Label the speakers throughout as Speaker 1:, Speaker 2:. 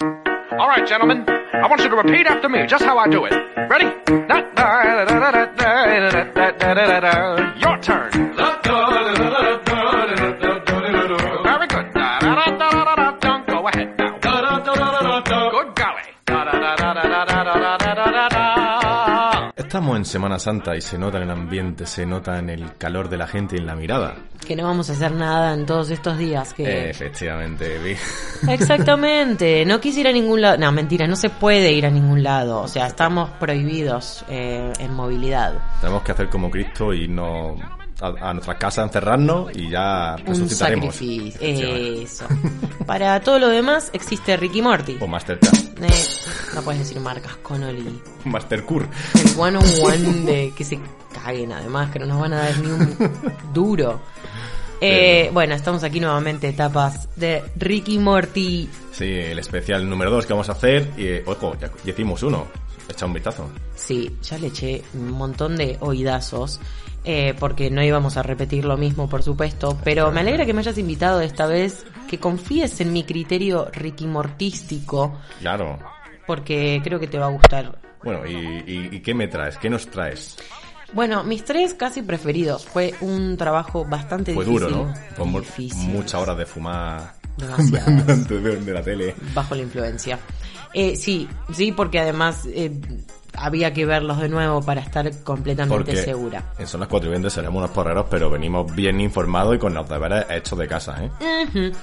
Speaker 1: All right, gentlemen. I want you to repeat after me just how I do it. Ready? Your turn. Very good. Go ahead now. Good golly.
Speaker 2: Estamos en Semana Santa y se nota en el ambiente, se nota en el calor de la gente y en la mirada.
Speaker 3: Que no vamos a hacer nada en todos estos días. Que...
Speaker 2: Eh. Efectivamente, vi.
Speaker 3: Exactamente, no quise ir a ningún lado. No, mentira, no se puede ir a ningún lado. O sea, estamos prohibidos eh, en movilidad.
Speaker 2: Tenemos que hacer como Cristo y no a, a nuestra casa encerrarnos y ya
Speaker 3: Un
Speaker 2: resucitaremos.
Speaker 3: sacrificio.
Speaker 2: Efectivamente.
Speaker 3: eh. Eso. Para todo lo demás existe Ricky Morty.
Speaker 2: O Mastercard.
Speaker 3: Eh, no puedes decir marcas Connolly.
Speaker 2: Mastercur.
Speaker 3: El one on one de que se caguen además, que no nos van a dar ni un duro. Eh, bueno, estamos aquí nuevamente, etapas de Ricky Morty.
Speaker 2: Sí, el especial número 2 que vamos a hacer. Y, eh, ojo, ya, ya hicimos uno. Echa un vistazo.
Speaker 3: Sí, ya le eché un montón de oidazos. eh, porque no íbamos a repetir lo mismo, por supuesto. Pero me alegra que me hayas invitado esta vez. Que confíes en mi criterio Ricky Mortístico.
Speaker 2: Claro.
Speaker 3: Porque creo que te va a gustar.
Speaker 2: Bueno, ¿y, y, y qué me traes? ¿Qué nos traes?
Speaker 3: Bueno, mis tres casi preferidos. Fue un trabajo bastante
Speaker 2: Fue duro,
Speaker 3: difícil.
Speaker 2: ¿no? Con mu-
Speaker 3: Difícil.
Speaker 2: muchas horas de fumar.
Speaker 3: Demasiadas.
Speaker 2: Durante- de la tele.
Speaker 3: bajo la influencia. Eh, sí, sí, porque además eh, había que verlos de nuevo para estar completamente
Speaker 2: Porque
Speaker 3: segura.
Speaker 2: en son las 4 y 20 seremos unos porreros, pero venimos bien informados y con los deberes hechos de casa, ¿eh?
Speaker 3: Ujú.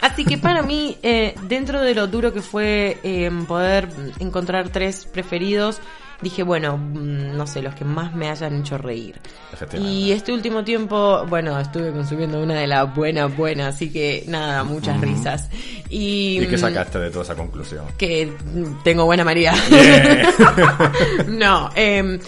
Speaker 3: Así que para mí, eh, dentro de lo duro que fue eh, poder encontrar tres preferidos, dije, bueno, mm, no sé, los que más me hayan hecho reír.
Speaker 2: Efectivamente.
Speaker 3: Y este último tiempo, bueno, estuve consumiendo una de las buenas, buenas, así que nada, muchas risas. Y, mm,
Speaker 2: ¿Y qué sacaste de toda esa conclusión?
Speaker 3: que tengo buena María. no, eh,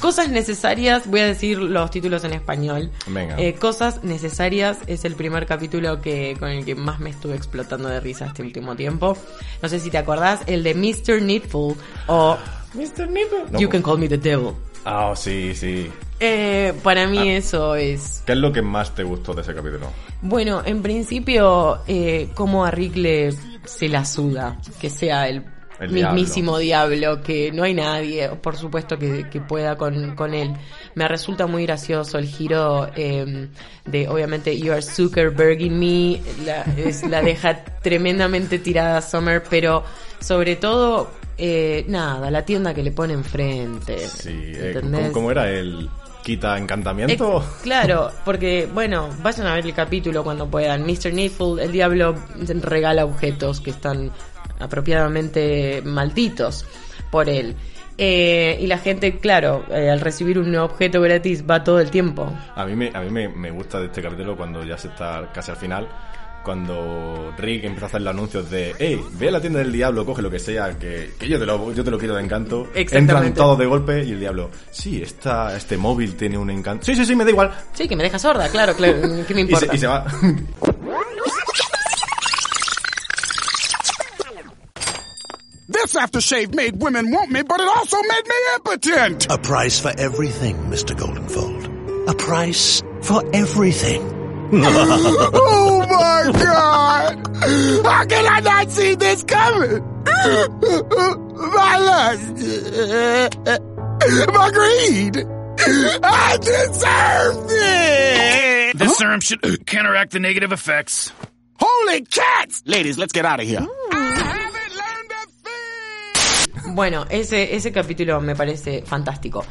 Speaker 3: cosas necesarias, voy a decir los títulos en español.
Speaker 2: Venga.
Speaker 3: Eh, cosas necesarias es el primer capítulo que con el que más me estuve explotando de risa este último tiempo. No sé si te acordás, el de Mr. Needful o
Speaker 2: Mr. Nipo.
Speaker 3: You Can Call Me the Devil.
Speaker 2: Ah, sí, sí.
Speaker 3: Eh, para mí
Speaker 2: Ah.
Speaker 3: eso es
Speaker 2: ¿Qué es lo que más te gustó de ese capítulo?
Speaker 3: Bueno, en principio, eh, como a Rick le- se la suda, que sea el,
Speaker 2: El
Speaker 3: mismísimo diablo. que no hay nadie, por supuesto, que, que pueda con, con él. Me resulta muy gracioso el giro eh, de, obviamente, You are Zuckerberg in me, la, es- la deja tremendamente tirada a Summer, pero sobre todo, eh, nada, la tienda que le pone enfrente.
Speaker 2: Sí, eh, ¿cómo,
Speaker 3: ¿entendés?
Speaker 2: cómo era el quita encantamiento?
Speaker 3: Ex- claro, porque, bueno, vayan a ver el capítulo cuando puedan. Mr. Needful, el diablo regala objetos que están apropiadamente malditos por él. Eh, y la gente, claro, eh, al recibir un objeto gratis va todo el tiempo.
Speaker 2: A mí, me, a mí me, me gusta de este capítulo cuando ya se está casi al final. Cuando Rick empieza a hacer los anuncios de hey, ve a la tienda del diablo, coge lo que sea, que, que yo, te lo, yo te lo quito de encanto.
Speaker 3: Exactamente.
Speaker 2: Entran todos de golpe y el diablo, sí, esta, este móvil tiene un encanto. Sí, sí, sí, me da igual.
Speaker 3: Sí, que me deja sorda, claro, claro, ¿qué me
Speaker 2: Y
Speaker 3: importa?
Speaker 2: se, y se va.
Speaker 4: This aftershave made women want me, but it also made me impotent.
Speaker 5: A price for everything, Mr. Goldenfold. A price for everything.
Speaker 4: Oh my god! How can I not see this coming? My lust, my greed. I deserve this.
Speaker 6: This serum should counteract the negative effects.
Speaker 4: Holy cats! Ladies, let's get out of here. I haven't learned a thing.
Speaker 3: Bueno, ese, ese capítulo me parece fantástico.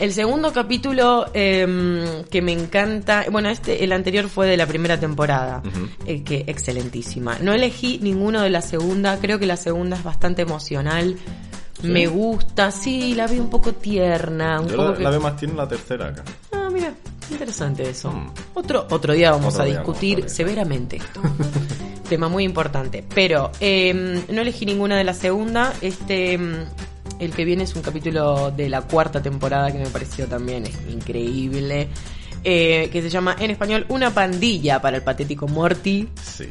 Speaker 3: El segundo capítulo em, que me encanta, bueno, este, el anterior fue de la primera temporada, eh, que excelentísima. No elegí ninguno de la segunda, creo que la segunda es bastante emocional. Me gusta, sí, la vi un poco tierna, un
Speaker 2: Yo
Speaker 3: poco
Speaker 2: la,
Speaker 3: que-
Speaker 2: la veo más tiene la tercera acá.
Speaker 3: Ah, mira, interesante eso.
Speaker 2: Mm.
Speaker 3: Otro, otro día vamos
Speaker 2: Otro
Speaker 3: a
Speaker 2: día vamos a
Speaker 3: discutir
Speaker 2: hablar.
Speaker 3: severamente esto. tema muy importante. Pero eh, no elegí ninguna de la segunda. Este, mm, el que viene es un capítulo de la cuarta temporada que me pareció también increíble. eh, que se llama en español Una pandilla para el patético Morty.
Speaker 2: Sí,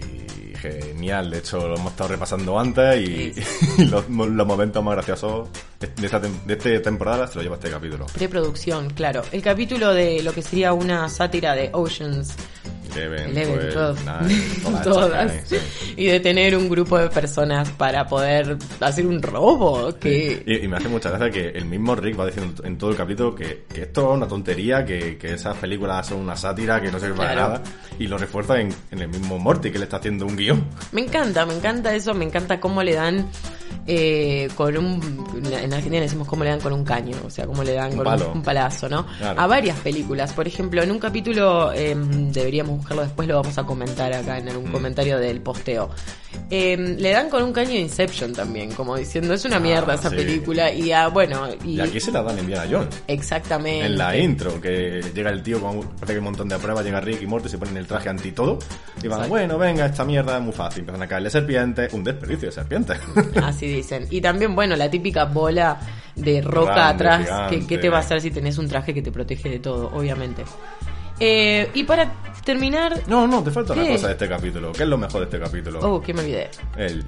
Speaker 2: genial. De hecho, lo hemos estado repasando antes y, y los, los momentos más graciosos de, de esta, tem- de esta temporada se lo lleva este capítulo.
Speaker 3: Preproducción, claro. El capítulo de lo que sería una sátira de Oceans
Speaker 2: Eleven,
Speaker 3: Eleven,
Speaker 2: Twelve,
Speaker 3: todas.
Speaker 2: Nine, todas.
Speaker 3: Todas.
Speaker 2: estas, eh, sí.
Speaker 3: Y de tener un grupo de personas para poder hacer un robo. Que...
Speaker 2: Y, y me hace mucha gracia que el mismo Rick va diciendo en todo el capítulo que, que esto es una tontería, que, que esas películas son una sátira, que no sirve para
Speaker 3: Claro.
Speaker 2: nada. Y lo refuerza en, en el mismo Morty que le está haciendo un guión.
Speaker 3: Me encanta, me encanta eso, me encanta cómo le dan eh, con un... En Argentina decimos cómo le dan con un caño, o sea, cómo le dan
Speaker 2: Un
Speaker 3: con
Speaker 2: palo.
Speaker 3: Un, un palazo, ¿no?
Speaker 2: Claro.
Speaker 3: A varias películas. Por ejemplo, en un capítulo, eh, deberíamos buscarlo después, lo vamos a comentar acá en
Speaker 2: Mm.
Speaker 3: algún comentario del posteo. Eh, le dan con un caño Inception también, como diciendo, es una mierda esa
Speaker 2: Ah, sí.
Speaker 3: película. Y ah, bueno, y...
Speaker 2: Y aquí se la dan a Indiana Jones.
Speaker 3: Exactamente.
Speaker 2: En la intro, que llega el tío con un- parece que un montón de pruebas, llega Rick y Morty, se ponen el traje anti todo. Y van,
Speaker 3: Exacto.
Speaker 2: bueno, venga, esta mierda es muy fácil. Empiezan a caerle serpientes, un desperdicio de serpientes.
Speaker 3: Así dicen. Y también, bueno, la típica bola de roca
Speaker 2: Grande,
Speaker 3: atrás. que
Speaker 2: gigante.
Speaker 3: ¿Qué te va a hacer si tenés un traje que te protege de todo? Obviamente. Eh, y para terminar.
Speaker 2: no, no, te falta una
Speaker 3: ¿Qué?
Speaker 2: cosa de este capítulo. ¿Qué es lo mejor de este capítulo?
Speaker 3: Oh, que me olvidé.
Speaker 2: El.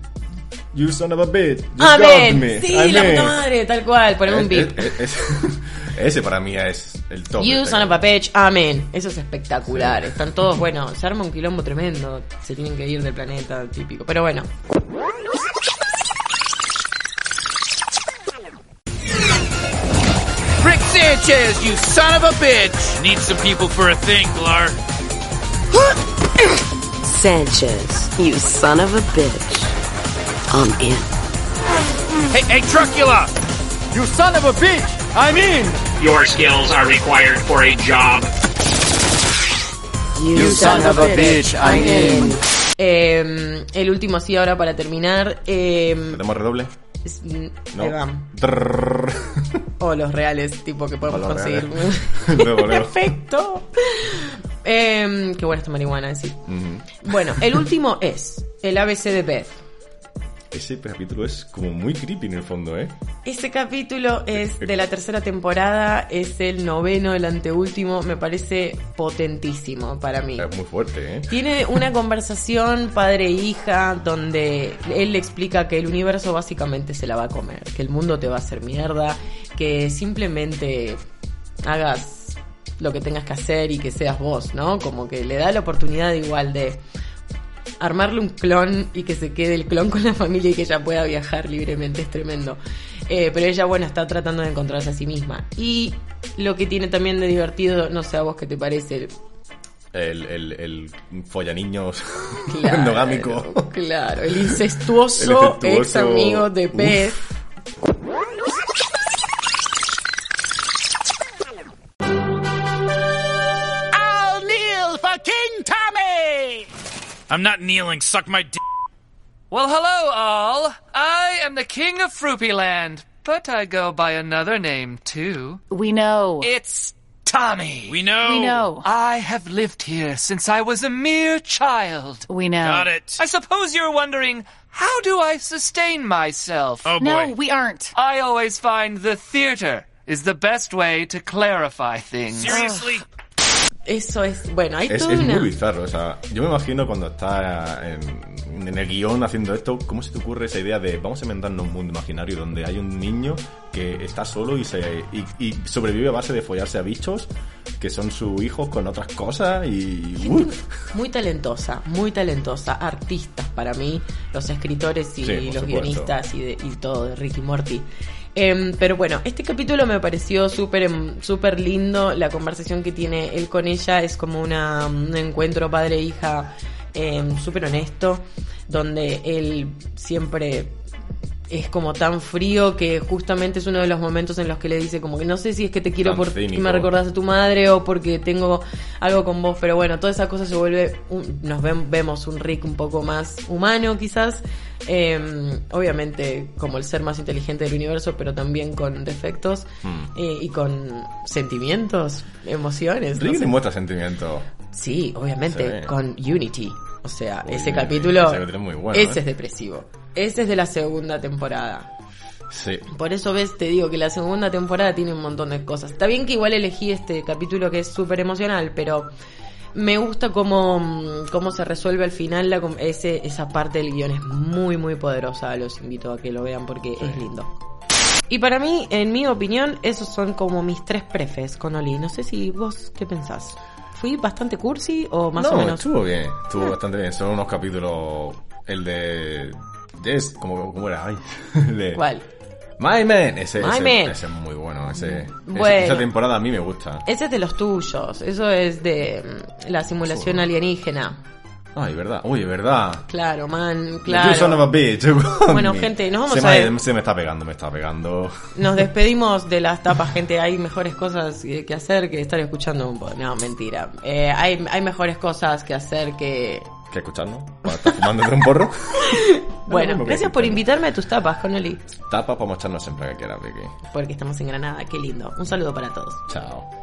Speaker 2: You son of a bitch. You got
Speaker 3: ¡Amén!
Speaker 2: me.
Speaker 3: Sí, la
Speaker 2: Amén. Eh,
Speaker 3: puta madre, tal cual. Poneme un
Speaker 2: Es-
Speaker 3: beat.
Speaker 2: es- es- ese para mí es el top.
Speaker 3: You
Speaker 2: Este
Speaker 3: son of a
Speaker 2: capítulo.
Speaker 3: bitch, amén. Eso es espectacular. Están todos, bueno, se arma un quilombo tremendo. Se tienen que ir del planeta, típico. Pero bueno.
Speaker 6: Rick Sanchez, you son of a bitch! Need some people for a thing, Glar.
Speaker 7: Sanchez, you son of a bitch. I'm in.
Speaker 6: Hey, hey, Trucula! You son of a bitch! I'm in!
Speaker 8: Your skills are required for a job.
Speaker 7: You, son of a bitch, I'm in.
Speaker 3: Eh, el último, sí, ahora para terminar. Eh,
Speaker 2: ¿Tenemos redoble?
Speaker 3: es- ahí
Speaker 2: No.
Speaker 3: va.
Speaker 2: Trrrr.
Speaker 3: O los reales, tipo, que podemos
Speaker 2: O los
Speaker 3: conseguir.
Speaker 2: reales. Luego, luego.
Speaker 3: Perfecto. Em, qué buena esta marihuana, sí. Bueno, el último es el ABC de Beth.
Speaker 2: Ese capítulo es como muy creepy en el fondo, ¿eh?
Speaker 3: Ese capítulo es de la tercera temporada, es el noveno, el anteúltimo, me parece potentísimo para mí.
Speaker 2: Es muy fuerte, ¿eh?
Speaker 3: Tiene una conversación padre-hija donde él le explica que el universo básicamente se la va a comer, que el mundo te va a hacer mierda, que simplemente hagas lo que tengas que hacer y que seas vos, ¿no? Como que le da la oportunidad igual de armarle un clon y que se quede el clon con la familia y que ella pueda viajar libremente es tremendo. Eh, pero ella, bueno, está tratando de encontrarse a sí misma. Y lo que tiene también de divertido, no sé a vos qué te parece,
Speaker 2: El, el, el follaniños
Speaker 3: Claro,
Speaker 2: endogámico.
Speaker 3: Claro, el incestuoso,
Speaker 2: El incestuoso.
Speaker 3: ex amigo de
Speaker 2: Uf.
Speaker 3: Beth.
Speaker 4: I'll kneel for King Tommy!
Speaker 6: I'm not kneeling, suck my d.
Speaker 9: Well, hello, all. I am the king of Fruppyland, but I go by another name, too.
Speaker 10: We know.
Speaker 9: It's Tommy.
Speaker 6: We know!
Speaker 10: we know.
Speaker 9: I have lived here since I was a mere child.
Speaker 10: We know.
Speaker 6: Got it.
Speaker 9: I suppose you're wondering, how do I sustain myself?
Speaker 6: Oh boy.
Speaker 10: No, we aren't.
Speaker 9: I always find the theater is the best way to clarify things.
Speaker 6: Seriously?
Speaker 3: Eso es, bueno, hay
Speaker 2: Es,
Speaker 3: toda
Speaker 2: es
Speaker 3: una...
Speaker 2: muy bizarro, o sea, yo me imagino cuando está eh, en, en el guión haciendo esto, ¿cómo se te ocurre esa idea de vamos a inventarnos un mundo imaginario donde hay un niño que está solo y, se, y, y sobrevive a base de follarse a bichos que son sus hijos con otras cosas y... ¡uh!
Speaker 3: Muy talentosa, muy talentosa. Artistas para mí, los escritores y
Speaker 2: Sí, por
Speaker 3: los
Speaker 2: supuesto.
Speaker 3: guionistas y, de- y todo de Ricky Morty. Em, pero bueno, este capítulo me pareció súper em, súper lindo. La conversación que tiene él con ella es como una, un encuentro padre-hija em, súper honesto, donde él siempre es como tan frío que justamente es uno de los momentos en los que le dice como que no sé si es que te quiero
Speaker 2: Tan
Speaker 3: porque
Speaker 2: cínico.
Speaker 3: me recordás a tu madre o porque tengo algo con vos, pero bueno, toda esa cosa se vuelve, un- nos ven- vemos un Rick un poco más humano quizás, Eh, obviamente como el ser más inteligente del universo, pero también con defectos
Speaker 2: Mm.
Speaker 3: eh, y con sentimientos, emociones. no
Speaker 2: Rick
Speaker 3: sé.
Speaker 2: demuestra sentimiento.
Speaker 3: Sí, obviamente,
Speaker 2: Sí.
Speaker 3: con Unity. O sea,
Speaker 2: Uy,
Speaker 3: ese
Speaker 2: uy,
Speaker 3: capítulo.
Speaker 2: ese capítulo es muy bueno, eh.
Speaker 3: Ese es depresivo. Ese es de la segunda temporada.
Speaker 2: Sí.
Speaker 3: Por eso ves, te digo que la segunda temporada tiene un montón de cosas. Está bien que igual elegí este capítulo que es súper emocional, pero me gusta cómo, mm, cómo se resuelve al final la, com- ese, esa parte del guión. Es muy, muy poderosa. Los invito a que lo vean porque es lindo. Y para mí, en mi opinión, esos son como mis tres prefes con Oli. No sé si vos qué pensás. ¿Fui bastante cursi o más
Speaker 2: no,
Speaker 3: o menos?
Speaker 2: estuvo bien, estuvo bastante bien. Son unos capítulos. El de. de es- como, ¿Cómo era? Ay. el de-
Speaker 3: ¿Cuál?
Speaker 2: My Man. Ese,
Speaker 3: My
Speaker 2: ese-
Speaker 3: Man.
Speaker 2: ese es muy bueno. Ese, ese-
Speaker 3: Bueno.
Speaker 2: esa temporada a mí me gusta.
Speaker 3: Ese es de los tuyos. Eso es de mm, la simulación alienígena.
Speaker 2: Ay, verdad. Uy, verdad.
Speaker 3: Claro, man,
Speaker 2: You son of
Speaker 3: claro.
Speaker 2: a bitch.
Speaker 3: Bueno, gente, nos vamos
Speaker 2: se
Speaker 3: a
Speaker 2: me-
Speaker 3: ver.
Speaker 2: se me está pegando, me está pegando.
Speaker 3: Nos despedimos de las tapas, gente. Hay mejores cosas eh, que hacer que estar escuchando un po- No, mentira. Eh, hay, hay mejores cosas que hacer que...
Speaker 2: ¿Qué Pues, escucharnos? ¿Para estar fumándote un porro?
Speaker 3: Bueno,
Speaker 2: mismo que
Speaker 3: gracias por
Speaker 2: escuchando.
Speaker 3: invitarme a tus tapas, Connolly.
Speaker 2: Tapa para mocharnos siempre que quieras, Vicky.
Speaker 3: Porque estamos en Granada, qué lindo. Un saludo para todos.
Speaker 2: Chao.